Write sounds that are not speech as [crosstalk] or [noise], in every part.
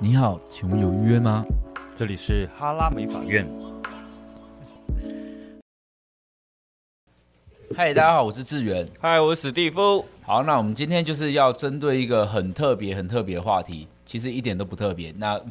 你好，请问有约吗？这里是哈拉美法院，嗨，大家好，我是志源。嗨，我是史蒂夫。好，那我们今天就是要针对一个很特别、很特别的话题，其实一点都不特别。那 [laughs]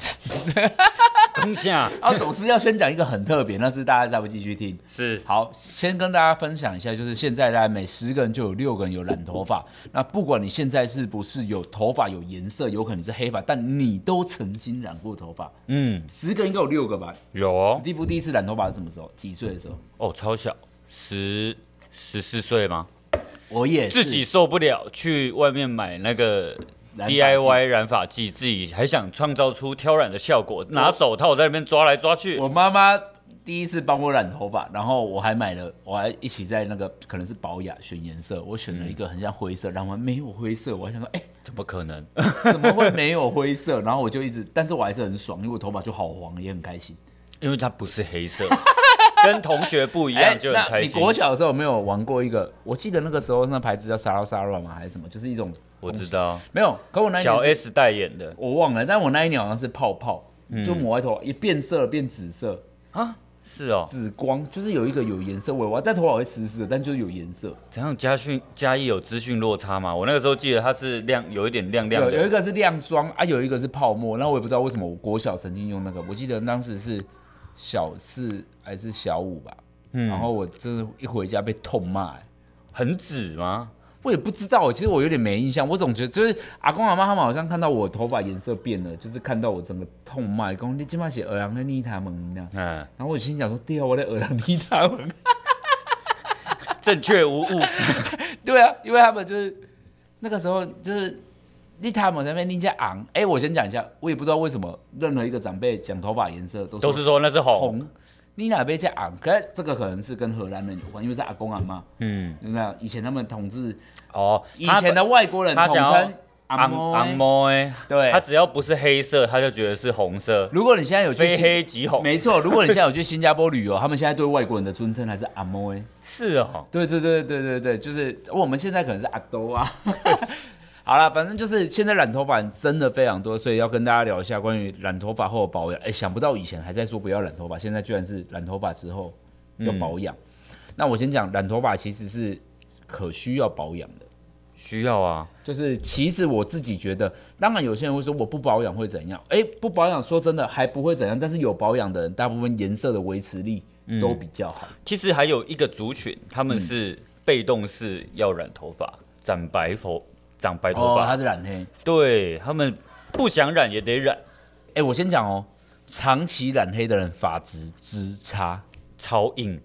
恭喜啊！啊，总之要先讲一个很特别，那是大家才会继续听。是好，先跟大家分享一下，就是现在大概每十个人就有六个人有染头发。那不管你现在是不是有头发有颜色，有可能是黑发，但你都曾经染过头发。嗯，十个应该有六个吧？有史哦，蒂夫第一次染头发是什么时候？几岁的时候？哦，超小，十十四岁吗？我也是自己受不了，去外面买那个染发剂 DIY 染发剂，自己还想创造出挑染的效果，拿手套在那边抓来抓去我。妈妈第一次帮我染头发，然后我还买了，我还一起在那个可能是保养选颜色，我选了一个很像灰色，然后没有灰色，我还想说，哎、怎么可能？ [laughs] 怎么会没有灰色？然后我就一直， [laughs] 但是我还是很爽，因为我头发就好黄，也很开心。因为它不是 [laughs] 黑色，跟同学不一样就很哎那开你心。国小的时候有没有玩过一个？我记得那个时候那牌子叫沙拉沙拉嘛，还是什么，就是一种我知道，没有。可我那一年小是 S 代言的我忘了，但我那一年好像是泡泡，嗯就抹在头发，一变色变紫色，啊，是哦。紫光就是有一个有颜色，我也忘了，但头发会湿湿的，但就是有颜色。怎样？家训嘉义有资讯落差吗？我那个时候记得它是亮，有一点亮亮有的。有一个是亮霜啊，有一个是泡沫。那我也不知道为什么我国小曾经用那个，我记得当时是小四还是小五吧，嗯然后我真的一回家被痛骂、欸很紫吗？我也不知道，其实我有点没印象，我总觉得就是阿公阿妈他们好像看到我头发颜色变了，就是看到我整个痛骂，讲你今晚是耳阳跟妮塔蒙呢。嗯，然后我心想说，对啊，我的耳阳妮塔蒙。正确无误。对啊，因为他们就是那个时候就是利他们在那边拎家昂。哎、我先讲一下，我也不知道为什么任何一个长辈讲头发颜色都都是说那是红。红。你哪边在昂？可是这个可能是跟荷兰人有关，因为是阿公阿妈，嗯，你知道以前他们统治，哦，以前的外国人他统他想要称阿昂嬷欸昂猫哎，对他只要不是黑色，他就觉得是红色，如果你现在有去非新，黑即红。没错，如果你现在有去新加坡旅游，他们现在对外国人的尊称还是阿嬷哎。是哦，对对对对对对，就是我们现在可能是阿兜啊。 [laughs] 好啦，反正就是现在染头发真的非常多，所以要跟大家聊一下关于染头发后的保养。哎，想不到以前还在说不要染头发，现在居然是染头发之后要保养。那我先讲，染头发其实是可需要保养的。需要啊。就是其实我自己觉得，当然有些人会说我不保养会怎样？哎，不保养说真的还不会怎样，但是有保养的人，大部分颜色的维持力都比较好。其实还有一个族群，他嗯们是被动式要染头发，长白头，长白头哦，发它。是染黑。对他们不想染也得染，哎、我先讲哦，长期染黑的人发质之差，超硬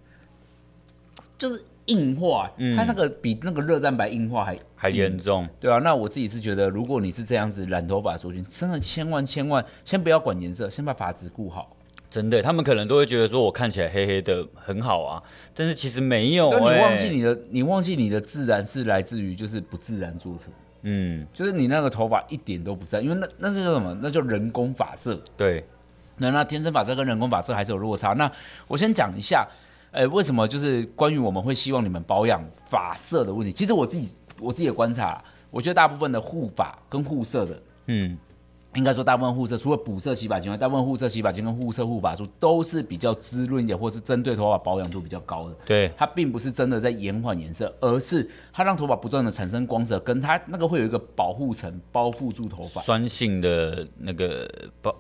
就是硬化，欸它那个比那个热蛋白硬化还还严重。对啊。那我自己是觉得，如果你是这样子染头发的族群，真的千万千万先不要管颜色，先把发质顾好。真的，他们可能都会觉得说我看起来黑黑的很好啊，但是其实没有、但欸。你忘记你的，你忘记你的自然是来自于就是不自然做成，嗯，就是你那个头发一点都不自然，因为那那是叫什么？那叫人工发色。对，那那天生发色跟人工发色还是有落差。那我先讲一下，呃，为什么就是关于我们会希望你们保养发色的问题。其实我自己我自己的观察，我觉得大部分的护发跟护色的，嗯，应该说大部分护色除了补色洗发精外，大部分护色洗发精跟护色护发素都是比较滋润一点，或是针对头发保养度比较高的。对，它并不是真的在延缓颜色，而是它让头发不断的产生光泽，跟它那个会有一个保护层包覆住头发。酸性的那个保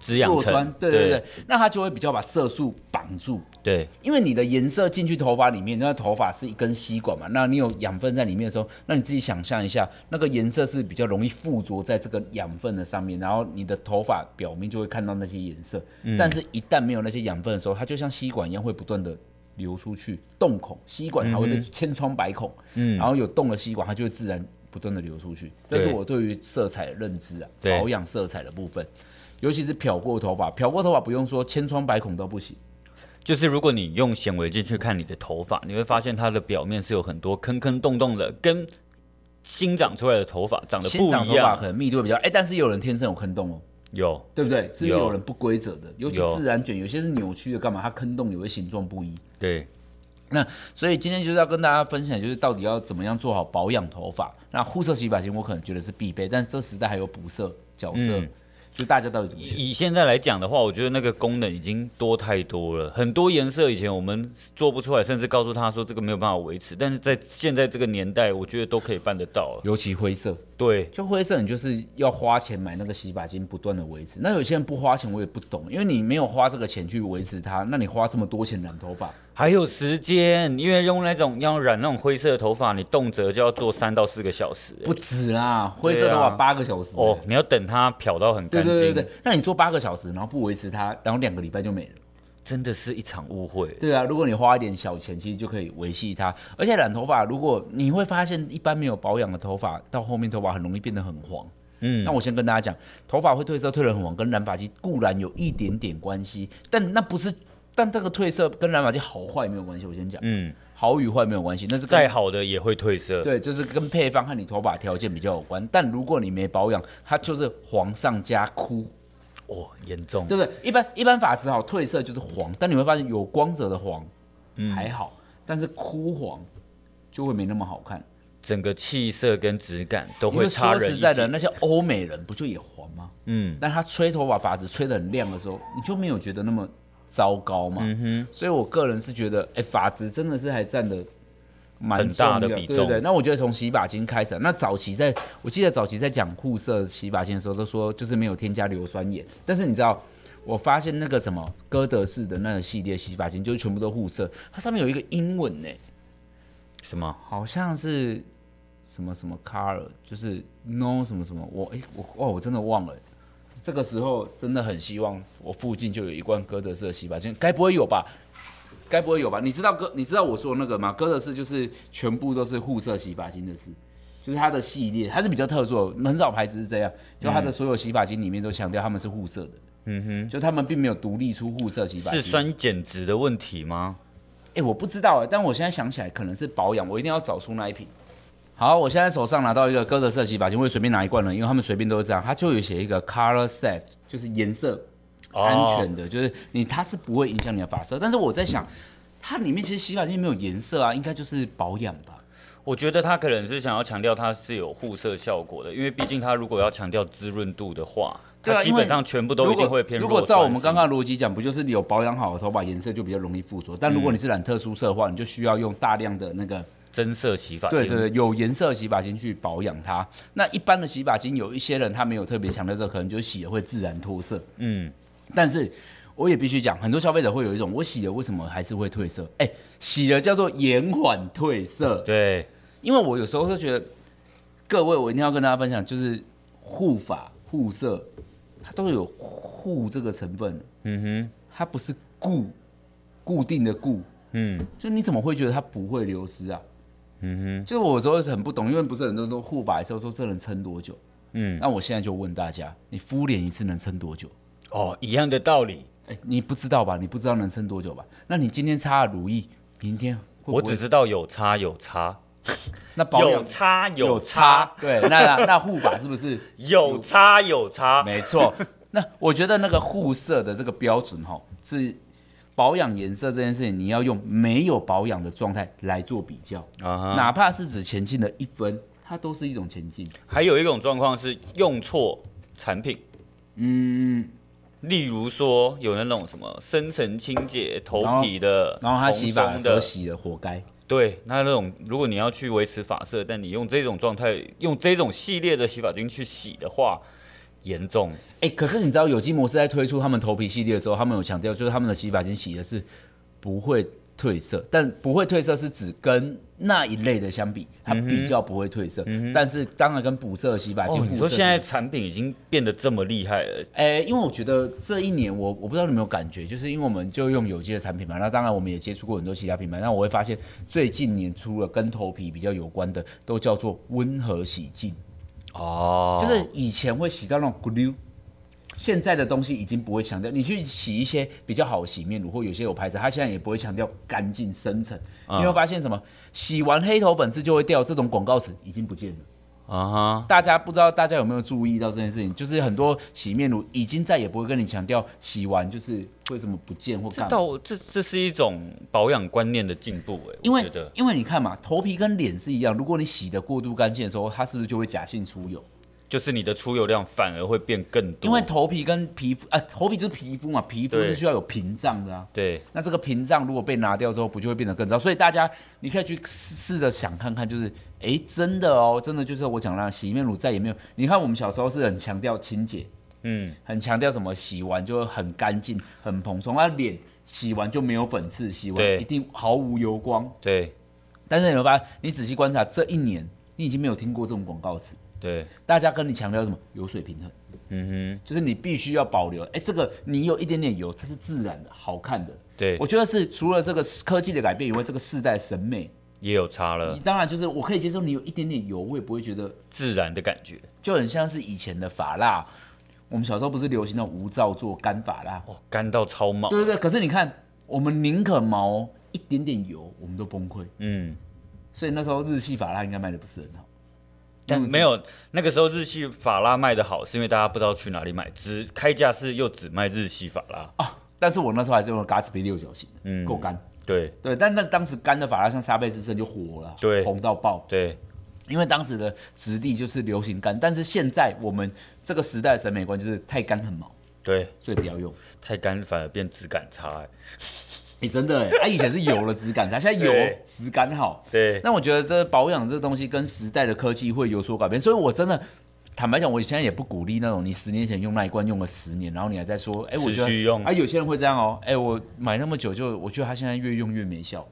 滋养弱层酸，，对对对，那它就会比较把色素绑住，对因为你的颜色进去头发里面，那头发是一根吸管嘛，那你有养分在里面的时候，那你自己想象一下，那个颜色是比较容易附着在这个养分的上面，然后你的头发表面就会看到那些颜色。嗯但是，一旦没有那些养分的时候，它就像吸管一样会不断的流出去，洞孔吸管还会被千疮百孔，嗯，然后有洞的吸管它就会自然不断的流出去。这是对我对于色彩的认知啊，对保养色彩的部分。尤其是漂过头发，漂过头发不用说，千疮百孔都不行。就是如果你用显微镜去看你的头发，你会发现它的表面是有很多坑坑洞洞的，跟新长出来的头发长得不新长一头发样可。能密度会比较，哎、但是有人天生有坑洞哦，有，对不对？是不是有有人不规则的，尤其有自然卷，有些是扭曲的，干嘛？它坑洞也会形状不一。对，那所以今天就是要跟大家分享，就是到底要怎么样做好保养头发。那护色洗发精我可能觉得是必备，但是这时代还有补色、角色，嗯就大家到底怎么选？以现在来讲的话，我觉得那个功能已经多太多了，很多颜色以前我们做不出来，甚至告诉他说这个没有办法维持，但是在现在这个年代，我觉得都可以办得到了。尤其灰色，对，就灰色，你就是要花钱买那个洗发精，不断的维持。那有些人不花钱，我也不懂，因为你没有花这个钱去维持它，那你花这么多钱染头发，还有时间，因为用那种要染那种灰色的头发，你动辄就要做三到四个小时、欸不止啦，灰色头发对啊八个小时、欸哦，你要等它漂到很对干净，对对对，那你做八个小时，然后不维持它，然后两个礼拜就没了。真的是一场误会。对啊，如果你花一点小钱，其实就可以维系它。而且染头发，如果你会发现，一般没有保养的头发，到后面头发很容易变得很黄。嗯那我先跟大家讲，头发会褪色、褪得很黄，跟染发剂固然有一点点关系，但那不是，但这个褪色跟染发剂好坏没有关系。我先讲，嗯，好与坏没有关系，那是跟再好的也会褪色。对，就是跟配方和你头发条件比较有关。但如果你没保养，它就是黄上加枯，哦，严重。对不对？一般一般发质好褪色就是黄，但你会发现有光泽的黄嗯还好，但是枯黄就会没那么好看。整个气色跟质感都因会为差说人实一在截的，那些欧美人不就也黄吗？嗯，但他吹头发发质吹得很亮的时候，你就没有觉得那么糟糕嘛。嗯所以我个人是觉得，哎、发质真的是还占的蛮很大的重要比对对对。重那我觉得从洗发精开始，那早期在我记得早期在讲护色洗发精的时候，都说就是没有添加硫酸盐，但是你知道。我发现那个什么哥德式的那个系列洗发精，就是全部都护色，它上面有一个英文呢、什么？好像是什么什么 color，就是 no 什么什么，我哎、我哦我真的忘了、这个时候真的很希望我附近就有一罐哥德式的洗发精，该不会有吧？该不会有吧？你知道哥，你知道我说的那个吗？哥德式就是全部都是护色洗发精的事，就是它的系列，它是比较特殊的，很少牌子是这样。就它的所有洗发精里面都强调它们是护色的，嗯哼，就他们并没有独立出护色洗发精。是酸碱值的问题吗？哎、我不知道哎，但我现在想起来可能是保养，我一定要找出那一瓶。好，我现在手上拿到一个哥德式洗发精，我也随便拿一罐了，因为他们随便都是这样，它就有写一个 color safe，就是颜色哦安全的，就是你它是不会影响你的发色。但是我在想，它里面其实洗发精没有颜色啊，应该就是保养吧。我觉得他可能是想要强调它是有护色效果的，因为毕竟它如果要强调滋润度的话，对啊它基因为本上全部都一定会偏如弱果。如果照我们酸刚性刚的逻辑讲，不就是有保养好的头发颜色就比较容易附着？但如嗯果你是染特殊色的话，你就需要用大量的那个增色洗发精，对对对，有颜色的洗发精去保养它。那一般的洗发精，有一些人他没有特别强调这个，可能就洗了会自然脱色。嗯，但是我也必须讲，很多消费者会有一种，我洗了为什么还是会褪色？哎、洗了叫做延缓褪色。对，因为我有时候是觉得，各位我一定要跟大家分享，就是护发护色，它都有护这个成分，嗯它不是固固定的固。哼，嗯就你怎么会觉得它不会流失啊？嗯就是我有时候很不懂，因为不是很多人都护白的时候说这能撑多久？哼，嗯，那我现在就问大家，你敷脸一次能撑多久？哦，一样的道理。哎、你不知道吧？你不知道能撑多久吧？那你今天擦了乳液，明天会不会我只知道有差有差，那保养有差有差嗯差，对，那那那护发是不是？ [laughs] 有差有差，没错。那我觉得那个护色的这个标准哈，是保养颜色这件事情，你要用没有保养的状态来做比较，啊哈哪怕是只前进了一分，它都是一种前进。还有一种状况是用错产品，嗯，例如说有那种什么深层清洁头皮的，然后它蓬洗发的松时候的，洗了，活该。对，那那种如果你要去维持发色，但你用这种状态，用这种系列的洗发精去洗的话，严重哎、可是你知道有机模式在推出他们头皮系列的时候，他们有强调，就是他们的洗发精洗的是不会褪色，但不会褪色是指跟那一类的相比，它比较不会褪色。但是当然跟补色的洗发精、嗯哦。你补说色现在产品已经变得这么厉害了，哎、因为我觉得这一年我我不知道你有没有感觉，就是因为我们就用有机的产品嘛，那当然我们也接触过很多其他品牌，那我会发现最近年出了跟头皮比较有关的，都叫做温和洗净，哦就是以前会洗到那种咕溜。现在的东西已经不会强调，你去洗一些比较好的洗面乳或有些有牌子，它现在也不会强调干净深层。嗯你会发现什么？洗完黑头粉刺就会掉，这种广告词已经不见了。啊哈，大家不知道大家有没有注意到这件事情，就是很多洗面乳已经再也不会跟你强调洗完就是为什么不见或这干嘛。到这这是一种保养观念的进步哎，我因为觉得因为你看嘛，头皮跟脸是一样，如果你洗的过度干净的时候，它是不是就会假性出油？就是你的出油量反而会变更多。因为头皮跟皮肤啊，头皮就是皮肤嘛，皮肤对是需要有屏障的啊。对，那这个屏障如果被拿掉之后，不就会变得更糟？所以大家你可以去试试着想看看，就是诶，真的哦，真的就是我讲那洗面乳再也没有。你看我们小时候是很强调清洁，嗯，很强调什么洗完就很干净、很蓬松，啊脸洗完就没有粉刺，洗对完一定毫无油光。对但是你会发现，你仔细观察这一年，你已经没有听过这种广告词，对，大家跟你强调什么油水平衡。嗯就是你必须要保留。哎、这个你有一点点油，这是自然的、好看的。对我觉得是除了这个科技的改变以外，这个世代审美，哼，也有差了你，当然就是我可以接受你有一点点油，我也不会觉得自然的感觉。就很像是以前的发蜡。我们小时候不是流行那种无皂做干发蜡？哦，干到超毛。对对对。可是你看，我们宁可毛一点点油，我们都崩溃。嗯，所以那时候日系发蜡应该卖的不是很好。但没有那个时候日系法拉卖的好，是因为大家不知道去哪里买，只开架是又只卖日系法拉。啊，但是我那时候还是用了嘎斯比六角形的，嗯够干。对对，但那当时干的法拉像沙贝之森就火了，对红到爆。对，因为当时的质地就是流行干，但是现在我们这个时代的审美观就是太干很毛，对，所以不要用。太干反而变质感差、欸。哎、真的哎，它、以前是油了 [laughs] 质感差，现在油对质感好。对那我觉得这保养这东西跟时代的科技会有所改变，所以我真的坦白讲，我现在也不鼓励那种你十年前用那一罐用了十年，然后你还在说，哎、我觉持续得用啊，有些人会这样哦，哎、我买那么久就，我觉得他现在越用越没效，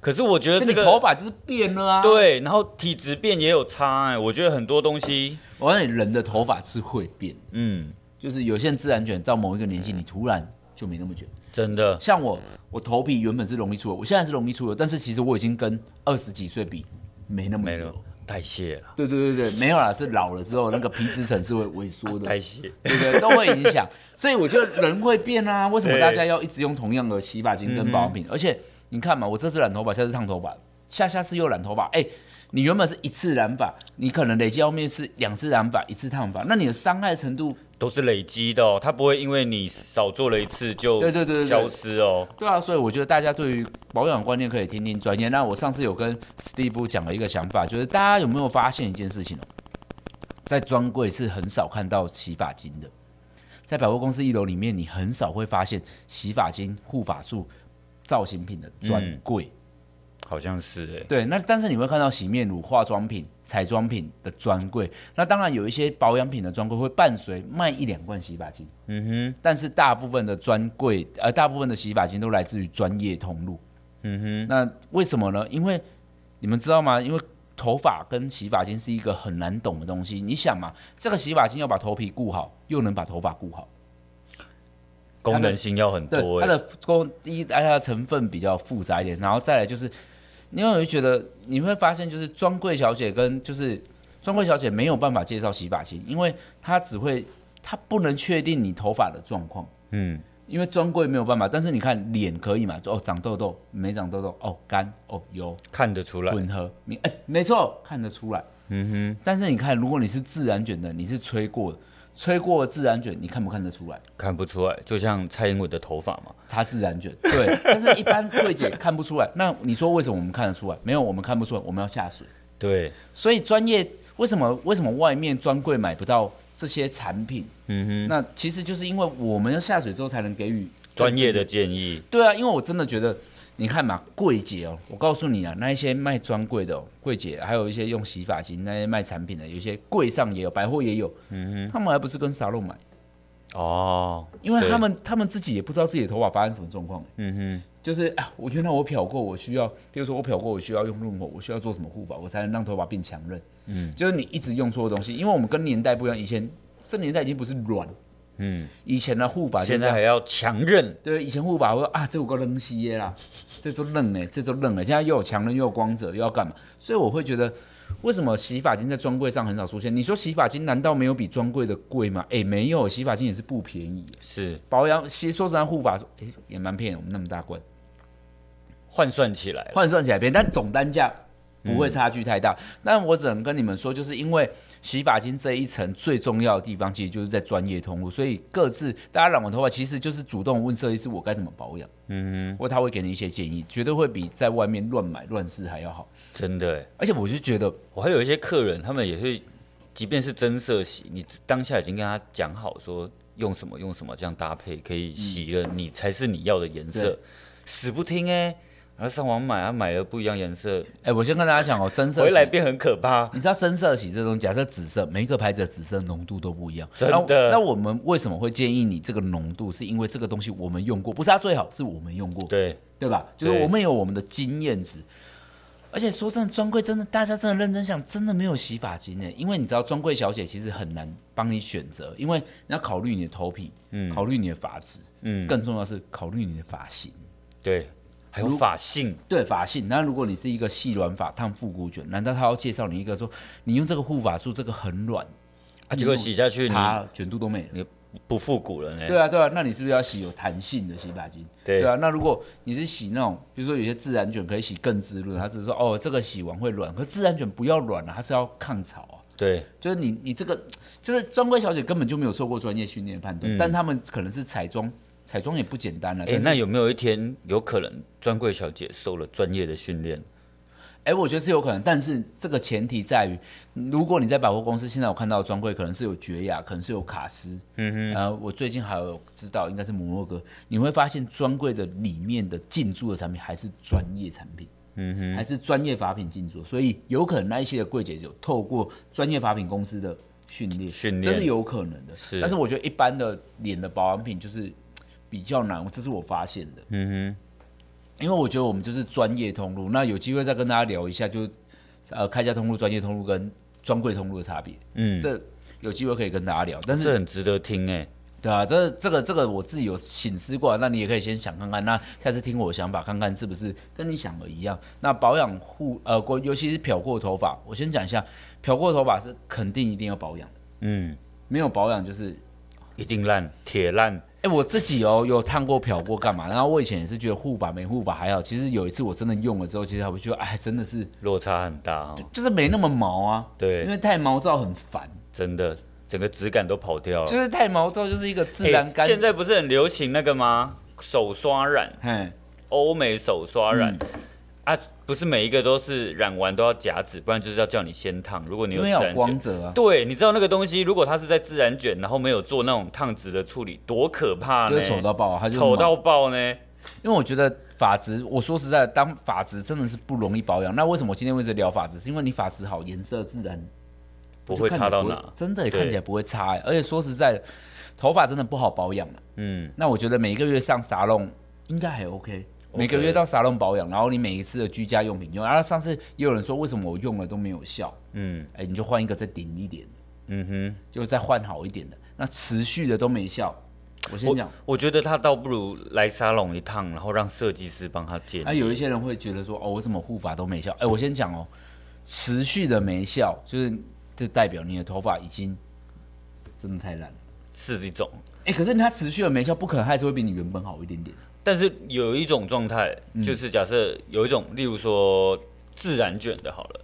可是我觉所得以你这个头发就是变了啊。，对，然后体质变也有差、欸。我觉得很多东西，我告诉你，人的头发是会变的，嗯，就是有些人自然卷到某一个年纪，你突然就没那么卷。真的，像我，我头皮原本是容易出油，我现在是容易出油，但是其实我已经跟二十几岁比没那么没油了。，代谢了，对对对对，没有啦，是老了之后那个皮脂层是会萎缩 [laughs] 的代，谢。对不对？都会影响。所以我觉得人会变啊，为什么对嗯大家要一直用同样的洗发精跟保养品？而且你看嘛，我这次染头发，下次烫头发，下下次又染头发，哎、你原本是一次染发，你可能累积后面是两次染发，一次烫发，那你的伤害程度都是累积的哦，它不会因为你少做了一次就对对对对对消失哦。对啊，所以我觉得大家对于保养观念可以听听专业。那我上次有跟 Steve 讲了一个想法，就是大家有没有发现一件事情哦，在专柜是很少看到洗发精的，在百货公司一楼里面，你很少会发现洗发精、护发素、造型品的专柜。好像是哎、对，那但是你会看到洗面乳、化妆品、彩妆品的专柜，那当然有一些保养品的专柜会伴随卖一两罐洗发精，嗯但是大部分的专柜，呃，大部分的洗发精都来自于专业通路。哼，嗯那为什么呢？因为你们知道吗？因为头发跟洗发精是一个很难懂的东西。你想嘛，这个洗发精要把头皮顾好，又能把头发顾好，哼，功能性要很对多它哎、的功第一，它的成分比较复杂一点，然后再来就是，因为我就觉得你会发现，就是专柜小姐跟就是专柜小姐没有办法介绍洗发精，因为她只会她不能确定你头发的状况。嗯，因为专柜没有办法，但是你看脸可以嘛？就哦，长痘痘没长痘痘，哦干，哦油，看得出来。混合，你哎、没错，看得出来。嗯但是你看，如果你是自然卷的，你是吹过的，吹过的自然卷，你看不看得出来？哼，看不出来，就像蔡英文的头发嘛。它自然卷， [laughs] 对。但是一般柜姐看不出来，那你说为什么我们看得出来？没有，我们看不出来，我们要下水。嗯对，所以专业为什么为什么外面专柜买不到这些产品？嗯那其实就是因为我们要下水之后才能给予哼，专业的建议。对啊，因为我真的觉得，你看嘛，柜姐哦，我告诉你啊，那一些卖专柜的、哦、柜姐，还有一些用洗发精那些卖产品的，有一些柜上也有，百货也有，嗯他们还不是跟沙漏买，哦，因为对他，们他们自己也不知道自己的头发发生什么状况，嗯就是啊，我原来我漂过，我需要，比如说我漂过，我需要用润喉，我需要做什么护发，我才能让头发变强韧，嗯，就是你一直用错东西，因为我们跟年代不一样，以前这年代已经不是软，哼，嗯，以前的护发就是现这样在还要强韧。对，以前护法会啊，这有个扔西耶啦，这都愣哎，这都愣哎，现在又有强人，又有光泽，又要干嘛？所以我会觉得，为什么洗发精在专柜上很少出现？你说洗发精难道没有比专柜的贵吗？哎，没有，洗发精也是不便宜。是保养，其实说实在，护发哎也蛮便宜，我们那么大罐，换算起来了，换算起来便宜，但总单价不嗯会差距太大。但我只能跟你们说，就是因为洗发精这一层最重要的地方，其实就是在专业通路，所以各自大家染完头发，其实就是主动问设计师我该怎么保养。嗯或他会给你一些建议，绝对会比在外面乱买乱试还要好。哼，真的哎、而且我就觉得，我还有一些客人，他们也会即便是增色洗，你当下已经跟他讲好说用什么用什么这样搭配可以洗了，你才是你要的颜嗯色对，死不听哎、然后上网买，他买了不一样颜色，哎、我先跟大家讲哦，增色回来洗，变很可怕。你知道增色洗这种，假设紫色，每一个牌子的紫色浓度都不一样。真那的那我们为什么会建议你这个浓度？是因为这个东西我们用过，不是它最好，是我们用过，对，对吧？就是对我们有我们的经验值。而且说真的，专柜真的，大家真的认真想，真的没有洗发精呢。因为你知道，专柜小姐其实很难帮你选择，因为你要考虑你的头皮，嗯，考虑你的发质，嗯，更重要是考虑你的发型。对，还有发性，对发性，那如果你是一个细软发烫复古卷，难道他要介绍你一个说你用这个护发素，这个很软，啊，结果洗下去你它卷度都没了？不复古了嗯呢。对啊，对啊，那你是不是要洗有弹性的洗发精？对啊，那如果你是洗那种，比如说有些自然卷可以洗更滋润，它只是说哦这个洗完会软，可自然卷不要软啊，它是要抗潮啊。对就是你你这个就是专柜小姐根本就没有受过专业训练判断，但他们可能是彩妆，彩妆也不简单了、哎、但是嗯那有没有一天有可能专柜小姐受了专业的训练？哎、我觉得是有可能，但是这个前提在于，如果你在百货公司，现在我看到的专柜可能是有绝雅，可能是有卡诗，嗯哼，呃，我最近还有知道应该是摩洛哥，你会发现专柜的里面的进驻的产品还是专业产品，嗯哼，还是专业法品进驻，所以有可能那一些的柜姐有透过专业法品公司的训练，训练这是有可能的，是但是我觉得一般的脸的保养品就是比较难，这是我发现的，嗯因为我觉得我们就是专业通路，那有机会再跟大家聊一下，就呃开价通路、专业通路跟专柜通路的差别，哼，嗯，这有机会可以跟大家聊。但这是很值得听哎、对啊，这这个这个我自己有醒思过啊，那你也可以先想看看，那下次听我的想法，看看是不是跟你想的一样。那保养护呃，过尤其是漂过头发，我先讲一下，漂过头发是肯定一定要保养的，嗯，没有保养就是一定烂，铁烂，哎、我自己哦有烫过、漂过干嘛？然后我以前也是觉得护发没护发还好，其实有一次我真的用了之后，其实我觉得 [laughs] 哎，真的是落差很大哦。就是没那么毛啊。因对，为太毛躁很烦，真的，整个质感都跑掉了。就是太毛躁就是一个自然欸干。哦现在不是很流行那个吗？手刷染，嘿，欧美手刷染。嗯啊，不是每一个都是染完都要夹纸，不然就是要叫你先烫。如果你因有为自要有然光卷，泽啊，对，你知道那个东西，如果它是在自然卷，然后没有做那种烫纸的处理，多可怕就呢！是丑到爆啊，它就是丑毛。到爆呢！因为我觉得发质，我说实在的，当发质真的是不容易保养。那为什么我今天会一直聊发质？是因为你发质好，颜色自然，不就会看差起来到不会哪。真的也对看起来不会差、欸。而且说实在的，头发真的不好保养啊嗯，那我觉得每个月上沙龙应该还 OK。每个月到沙龙保养，然后你每一次的居家用品用，然后上次也有人说为什么我用了都没有效，嗯哎、你就换一个再顶一点的，嗯哼。就再换好一点的。那持续的都没效，我先讲我。我觉得他倒不如来沙龙一趟，然后让设计师帮他剪。那、有一些人会觉得说，哦，我怎么护发都没效？哎、我先讲哦，持续的没效，就是这代表你的头发已经真的太烂了。是一种，哎、可是它持续的没效，不可能还是会比你原本好一点点。但是有一种状态，嗯就是假设有一种，例如说自然卷的好了。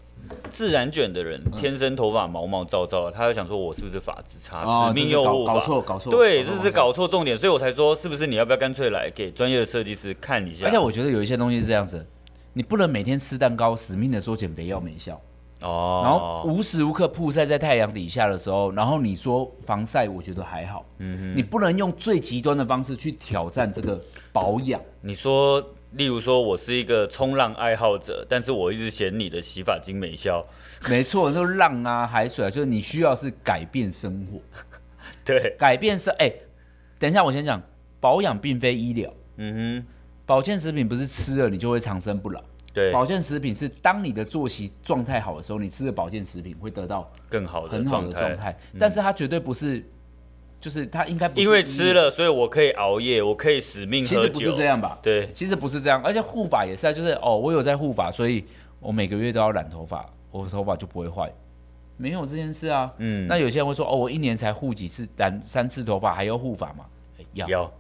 自然卷的人嗯天生头发毛毛躁躁，他就想说我是不是发质差，哦啊死命就是诱搞惑搞法错搞错对，搞错搞这是错搞错重点，所以我才说是不是你要不要干脆来给专业的设计师看一下？而且我觉得有一些东西是这样子，你不能每天吃蛋糕，死命的说减肥药没效，哦，然后无时无刻曝晒在太阳底下的时候，然后你说防晒，我觉得还好。嗯你不能用最极端的方式去挑战这个保 [laughs] 养。你说，例如说我是一个冲浪爱好者，但是我一直嫌你的洗发精没效， [laughs] 没错，就是浪啊、海水啊，就是你需要是改变生活，对，改变生。哎、等一下，我先讲，保养并非医疗，嗯保健食品不是吃了你就会长生不老，哼，对，保健食品是当你的作息状态好的时候，你吃了保健食品会得到更好的很好的状态，但是它绝对不是，就是它应该不是因为医吃了，所以我可以熬夜，我可以死命其喝实不是酒，这样吧？对，其实不是这样，而且护发也是啊，就是哦，我有在护发，所以我每个月都要染头发，我头发就不会坏，没有这件事啊。嗯那有些人会说哦，我一年才护几次染三次头发，还要护发吗？哎要，要。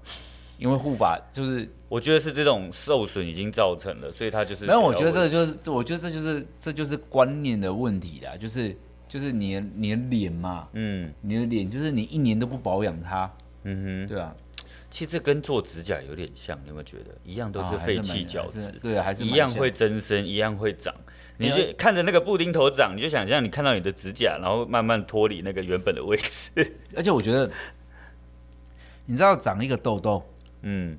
因为护发就是，我觉得是这种受损已经造成了，所以他就是没有，我觉得比较这个就是，我觉得这就是这就是观念的问题啦，就是就是你的你的脸嘛，嗯你的脸就是你一年都不保养它，嗯对啊，哼，其实这跟做指甲有点像，你有没有觉得一样都是啊还废蛮弃角还质是？对，还是一蛮样像会增生，一样会长。你没有就看着那个布丁头长，你就想象你看到你的指甲，然后慢慢脱离那个原本的位置。 [laughs] 而且我觉得，你知道长一个痘痘，嗯，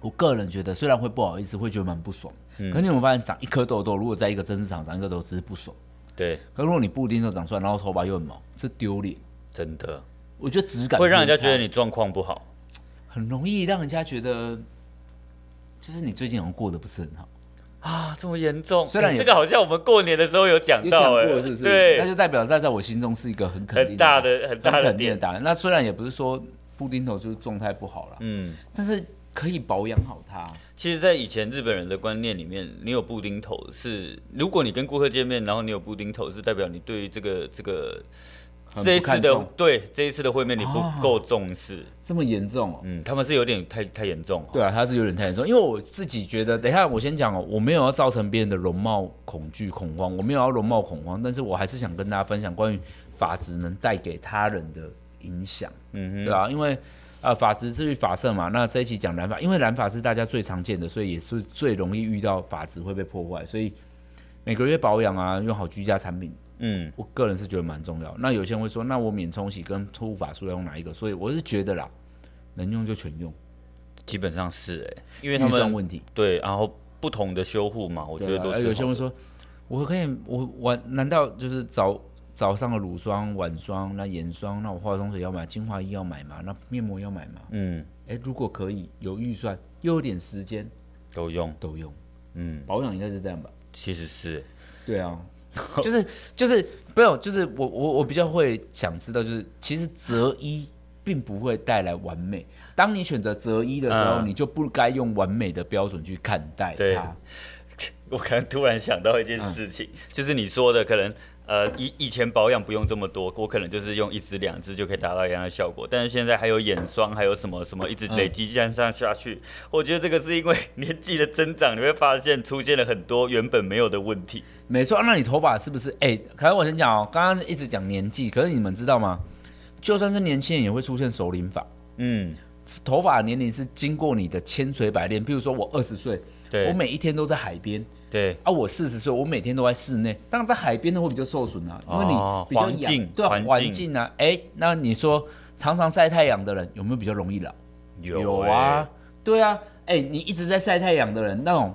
我个人觉得虽然会不好意思，会觉得蛮不爽。嗯可你有没有发现，长一颗痘痘，如果在一个真市场长一个痘，只是不爽；对，可如果你布丁都长出来，然后头发又很毛，这丢脸。真的我觉得质感会让人家偏差觉得你状况不好。很容易让人家觉得，就是你最近好像过得不是很好。啊，这么严重？虽然欸也这个好像我们过年的时候有讲有讲到、过欸，了是不是？那就对，代表在在我心中是一个很肯定很大的很很大的肯定的点答案。那虽然也不是说布丁头就是状态不好了，嗯，但是可以保养好它。其实，在以前日本人的观念里面，你有布丁头是，如果你跟顾客见面，然后你有布丁头，是代表你对于这个这个很不这一次看的重对这一次的会面你不啊够重视。这么严重哦、嗯，他们是有点太太严重、哦。对啊，它是有点太严重，因为我自己觉得，等一下我先讲哦，我没有要造成别人的容貌恐惧恐慌，我没有要容貌恐慌，但是我还是想跟大家分享关于法值能带给他人的影响，嗯对啊，因为呃法值至于法色嘛，那这一期讲染发，因为染发是大家最常见的，所以也是最容易遇到法值会被破坏，所以每个月保养啊，用好居家产品，哼，嗯，我个人是觉得蛮重要。那有些人会说，那我免冲洗跟护发素要用哪一个？所以我是觉得啦，能用就全用，基本上是哎、因为他预算们问题。对，然后不同的修护嘛，我觉对得啊，都而是有些好人的会说，我可以，我晚难道就是早早上的乳霜、晚霜、那眼霜，那我化妆水要买，精华液要买吗？那面膜要买吗？嗯，哎，如果可以，有预算又有点时间，都用，都用嗯，保养应该是这样吧？其实是欸对啊，就是就是没有，就是我我我比较会想知道，就是其实择一。并不会带来完美。当你选择择一的时候，嗯你就不该用完美的标准去看待对它。我刚刚突然想到一件事情，就是你说的可能。呃，以以前保养不用这么多，我可能就是用一支两支就可以达到一样的效果。但是现在还有眼霜，还有什么什么，一直累积这样上下去，我觉得这个是因为年纪的增长，你会发现出现了很多原本没有的问题。没错，啊那你头发是不是？哎、可是我先讲哦，刚刚一直讲年纪，可是你们知道吗？就算是年轻人也会出现首领发，嗯，头发的年龄是经过你的千锤百炼。比如说我二十岁，对我每一天都在海边对，啊；我四十岁，我每天都在室内。当然在海边的会比较受损啊，因为你哦比较环痒，境对啊环环境境啊。哎、那你说常常晒太阳的人有没有比较容易老？欸啊，，对啊，哎、你一直在晒太阳的人，那种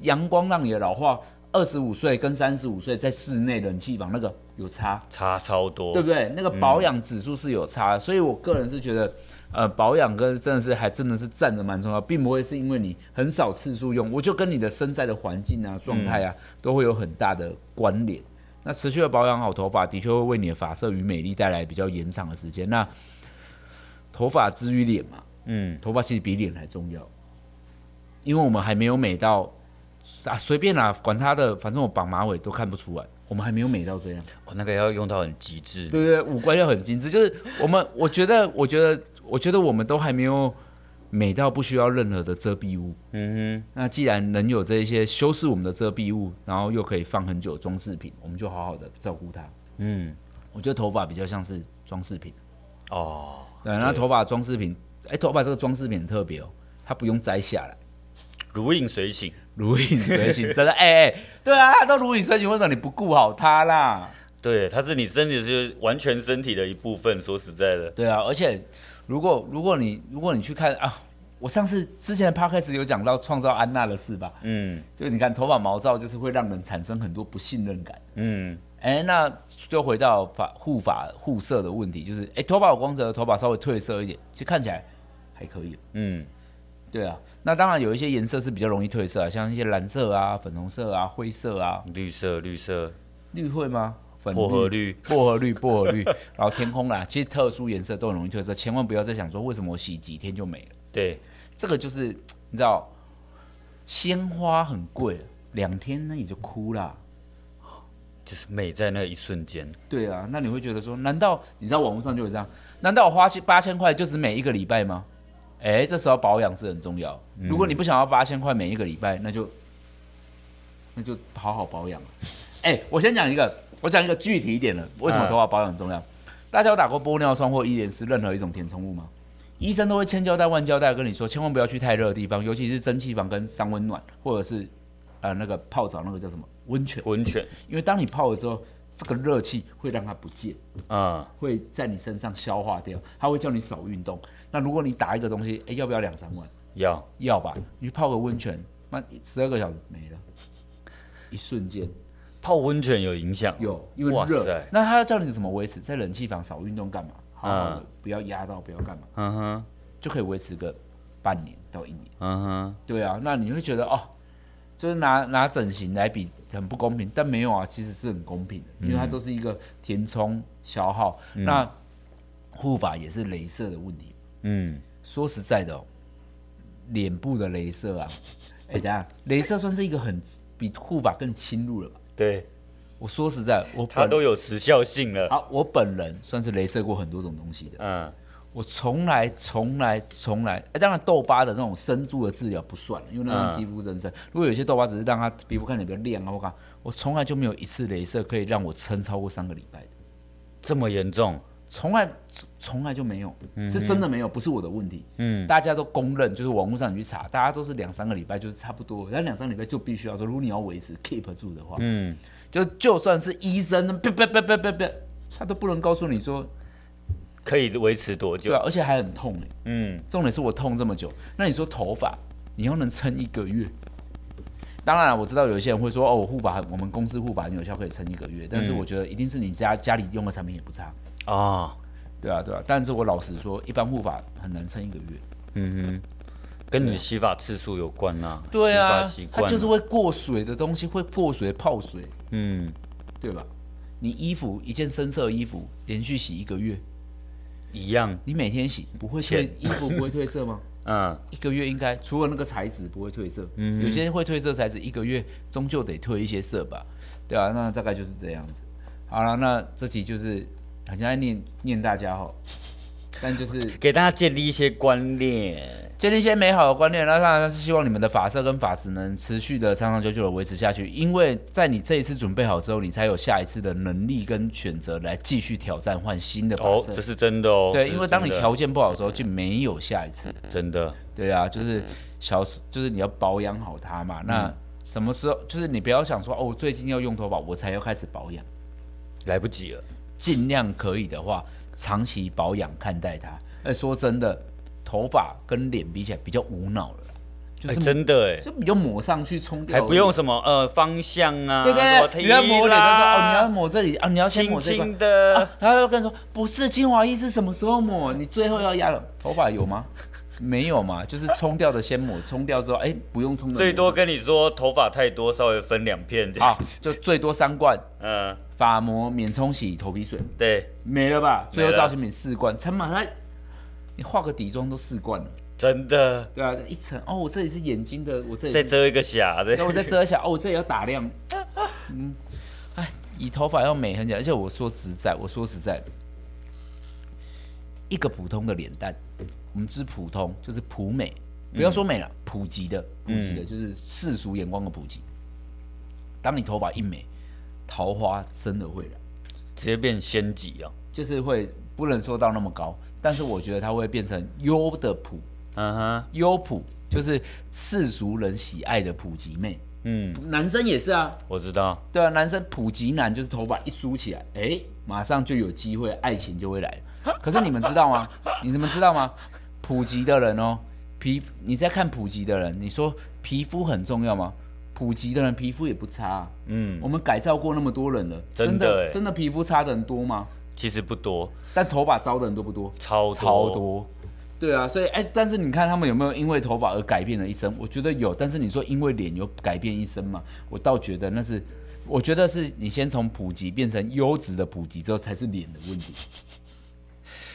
阳光让你的老化，二十五岁跟三十五岁在室内冷气房那个有差，差超多，对不对？那个保养指数是有差，所以我个人是觉得，呃，保养跟真的是还真的是占的蛮重要，并不会是因为你很少次数用，我就跟你的身在的环境啊、状态啊、都会有很大的关联。那持续的保养好头发，的确会为你的发色与美丽带来比较延长的时间。那头发之于脸嘛，嗯，头发其实比脸还重要，因为我们还没有美到啊，随便啦、管他的，反正我绑马尾都看不出来，我们还没有美到这样，哦，那个要用到很极致，对不对？五官要很精致，就是我们，我觉得，我觉得，我觉得我们都还没有美到不需要任何的遮蔽物。嗯那既然能有这些修饰我们的遮蔽物，然后又可以放很久的装饰品，我们就好好的照顾它。哼，嗯，我觉得头发比较像是装饰品，哦，对，那头发装饰品，哎，头发这个装饰品很特别哦，它不用摘下来。如影随形。如影随形，真的哎、哎对啊，他都如影随形，为什么你不顾好他啦？对，它是你身体是完全身体的一部分。说实在的，对啊，而且如果如果你如果你去看啊，我上次之前的 podcast 有讲到创造安娜的事吧？嗯就你看头发毛躁，就是会让人产生很多不信任感。嗯，哎、那就回到发护发护色的问题，就是哎、头发有光泽，头发稍微褪色一点，其实看起来还可以。嗯，对啊，那当然有一些颜色是比较容易褪色啊，像一些蓝色啊、粉红色啊、灰色啊，绿色绿色绿会吗？粉薄荷绿绿，薄荷绿、 [laughs] 薄荷绿，然后天空蓝，其实特殊颜色都很容易褪色，千万不要再想说为什么我洗几天就没了。对，这个就是你知道，鲜花很贵，两天那也就枯啦。就是美在那一瞬间。对啊，那你会觉得说，难道你知道网络上就有这样？难道我花八千块就只每一个礼拜吗？哎，这时候保养是很重要。如果你不想要八千块每一个礼拜，那就那就好好保养啊。哎，我先讲一个，我讲一个具体一点的，为什么嗯头发保养很重要？大家有打过玻尿酸或伊莲丝任何一种填充物吗？医生都会千交代万交代跟你说，千万不要去太热的地方，尤其是蒸汽房跟三温暖，或者是呃那个泡澡那个叫什么温泉，温泉，因为当你泡了之后，这个热气会让它不见，嗯，会在你身上消化掉，它会叫你少运动。那如果你打一个东西，哎、要不要两三万？要要吧，你去泡个温泉，那十二个哎小时没了，一瞬间泡温泉有影响，有，因为哇热塞。那他要叫你怎么维持？在冷气房少运动干嘛？好好的，嗯不要压到，不要干嘛，嗯哼，就可以维持个半年到一年。嗯哼，对啊，那你会觉得哦，就是拿拿整形来比很不公平，但没有啊，其实是很公平的，嗯因为它都是一个填充消耗。那护发也是镭射的问题。嗯，说实在的、哦，脸部的镭射 [laughs] 啊，哎、等一下，镭射算是一个很比护发更侵入了吧？对，我说实在，我它本都有时效性了，啊，我本人算是镭射过很多种东西的。嗯，我从来从来从来，哎当然痘疤的那种深度的治疗不算，因为那嗯种肌肤增生。如果有些痘疤只是让它皮肤看起来比较亮啊，我靠，我从来就没有一次镭射可以让我撑超过三个礼拜的，这么严重，从来从从来就没有，是真的没有，不是我的问题。嗯，大家都公认，就是网络上你去查，大家都是两三个礼拜就是差不多，然后两三个礼拜就必须要说，如果你要维持 keep 住的话，嗯，就就算是医生，别别别别别别，他都不能告诉你说，可以维持多对久？啊，而且还很痛、欸嗯，重点是我痛这么久，那你说头发，你要能撑一个月？当然了，啊我知道有一些人会说，哦，我护发很，我们公司护发很有效，可以撑一个月。但是我觉得一定是你家家里用的产品也不差，哦，对啊，对啊。但是我老实说，一般护发很难撑一个月。嗯哼，跟你的洗发次数有关呐、啊，对啊洗发习，惯它啊就是，会过水的东西，会过水泡水，嗯，对吧？你衣服一件深色衣服连续洗一个月，一样，你每天洗不会浅 [laughs] 褪衣服不会褪色吗？嗯，一个月应该除了那个材质不会褪色，有些会褪色材质一个月终究得褪一些色吧，对啊，那大概就是这样子。好了，那这集就是很像在念念大家哈， [laughs] 但就是给大家建立一些观念，建立一些美好的观念，那当然是希望你们的发色跟发质能持续的长长久久的维持下去，因为在你这一次准备好之后，你才有下一次的能力跟选择来继续挑战换新的发哦，色。这是真的哦，对，这因是为当你真的条件不好的时候，就没有下一次。真的，对啊，就是嗯小时，就是你要保养好它嘛。那什么时候，就是你不要想说哦，我最近要用头发，我才要开始保养。来不及了，尽量可以的话，长期保养看待它。哎，说真的，头发跟脸比起来比较无脑了啦，就哎、是、真的哎。就比较抹上去冲掉而还已，不用什么呃方向啊，对不什么对？你要抹脸的时候，哦，提拉你要抹这里啊，你要先抹这轻一块。啊轻的，然后又跟你说，不是精华液是什么时候抹？你最后要压了，头发有吗？没有嘛，就是冲掉的先抹，冲掉之后，哎、不用冲的 [laughs] 最抹多跟你说头发太多，稍微分两片这样好，就最多三罐 [laughs] 嗯、发膜免冲洗头皮水，对，没了吧？没最了后造型品四罐，陈马他，你化个底妆都四罐了，真的对啊，一层哦，我这里是眼睛的，我这里再是，遮一个瑕然后我的，再遮一下，哦，我这里要打亮，嗯，哎，以头发要美很简单，而且我说实在，我说实在，一个普通的脸蛋，我们之普通就是普美，不要说美了，普及的，普及的就是世俗眼光的普及。当你头发一美，桃花真的会来。 [laughs] 直接变仙级哦。就是会不能说到那么高，但是我觉得它会变成优的普，嗯哼，优普就是世俗人喜爱的普及妹，嗯，男生也是啊，我知道，对啊，男生普及男就是头发一梳起来，哎、马上就有机会，爱情就会来 [laughs] 了。可是你们知道吗？你们知道吗？普及的人哦，皮你在看普及的人，你说皮肤很重要吗？普及的人皮肤也不差、啊，嗯，我们改造过那么多人了，真的的哎真的皮肤差的人多吗？其实不多，但头发糟的人多不多？超多超，多。对啊，所以哎、但是你看他们有没有因为头发而改变了一生？我觉得有，但是你说因为脸有改变一生吗？我倒觉得那是，我觉得是你先从普及变成优质的普及之后，才是脸的问题。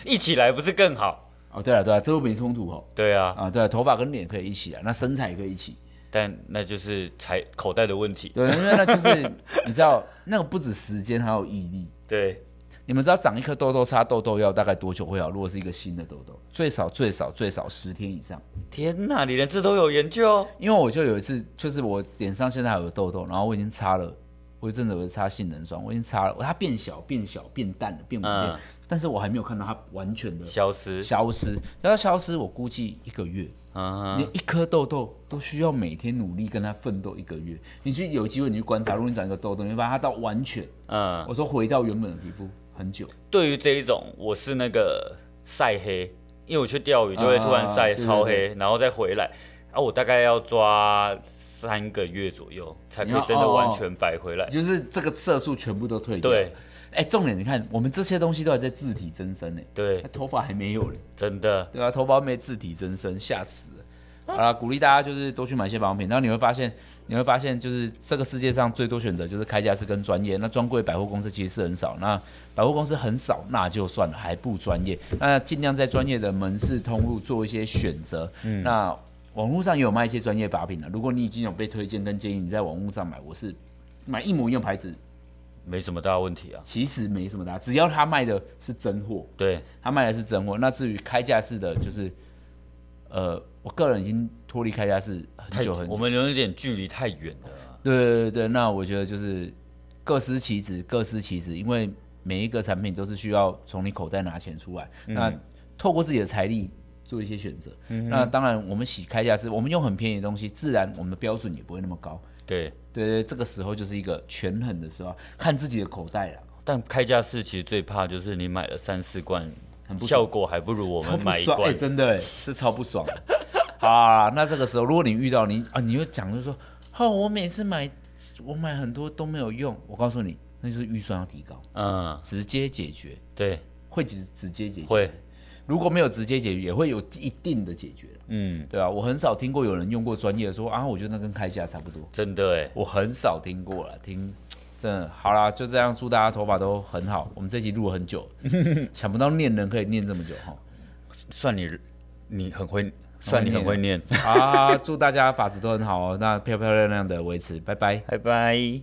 一起来不是更好？哦，对了、对了、这会不会冲突哦？对啊，啊，对啊，头发跟脸可以一起啊，那身材也可以一起。但那就是财口袋的问题。对，因为那就是你知道，那个不止时间，还有毅力。对，你们知道长一颗痘痘擦痘痘药大概多久会好？如果是一个新的痘痘，最少最少最少十天以上。天哪，你连这都有研究？因为我就有一次，就是我脸上现在还有痘痘，然后我已经擦了我有阵子我就擦杏仁霜，我已经擦了，它变小、变小、变淡了、变稳定，嗯但是我还没有看到它完全的消失，消失。要消失，我估计一个月，嗯哼，连一颗痘痘都需要每天努力跟它奋斗一个月。你去有机会你去观察，如果你长一个痘痘，你会发现它到完全，嗯，我说回到原本的皮肤很久。对于这一种，我是那个晒黑，因为我去钓鱼就会啊突然晒对对超黑，然后再回来，啊，我大概要抓三个月左右才可你以要真的完哦全白回来。就是这个色素全部都退掉。对，哎、重点你看，我们这些东西都还在自体增生呢、对那，头发还没有嘞，真的，对啊，头发没自体增生，吓死了。好啦，鼓励大家就是多去买一些保养品，然后你会发现，你会发现就是这个世界上最多选择就是开价是跟专业，那专柜百货公司其实是很少，那百货公司很少那就算了，还不专业，那尽量在专业的门市通路做一些选择。嗯，那网络上也有卖一些专业把品的，如果你已经有被推荐跟建议，你在网络上买，我是买一模一样牌子，没什么大问题啊。其实没什么大，只要他卖的是真货，对，他卖的是真货。那至于开架式的，就是，呃，我个人已经脱离开架式很太久很久。我们有点距离太远了啊。对对对对，那我觉得就是各司其职，各司其职，因为每一个产品都是需要从你口袋拿钱出来，嗯那透过自己的财力做一些选择。那当然，我们洗开架式，我们用很便宜的东西，自然我们的标准也不会那么高。对，对对，对这个时候就是一个权衡的时候，看自己的口袋了。但开架式其实最怕就是你买了三四罐很，不爽效果还不如我超们不买一爽，哎、罐。真的哎、是超不爽的。好啊，那这个时候如果你遇到你啊，你就讲就说，哦，我每次买我买很多都没有用，我告诉你，那就是预算要提高，嗯，直接解决，对，会直直接解决，会，如果没有直接解决，也会有一定的解决了嗯，对啊，我很少听过有人用过专业的说啊，我觉得那跟开价差不多，真的哎，我很少听过了，听。真的好啦，就这样，祝大家头发都很好。我们这集录了很久，想不到念人可以念这么久哈。算你，你很会，算你很会念。啊，祝大家发质都很好哦，那漂漂亮亮的维持，拜拜。 [laughs] 拜拜。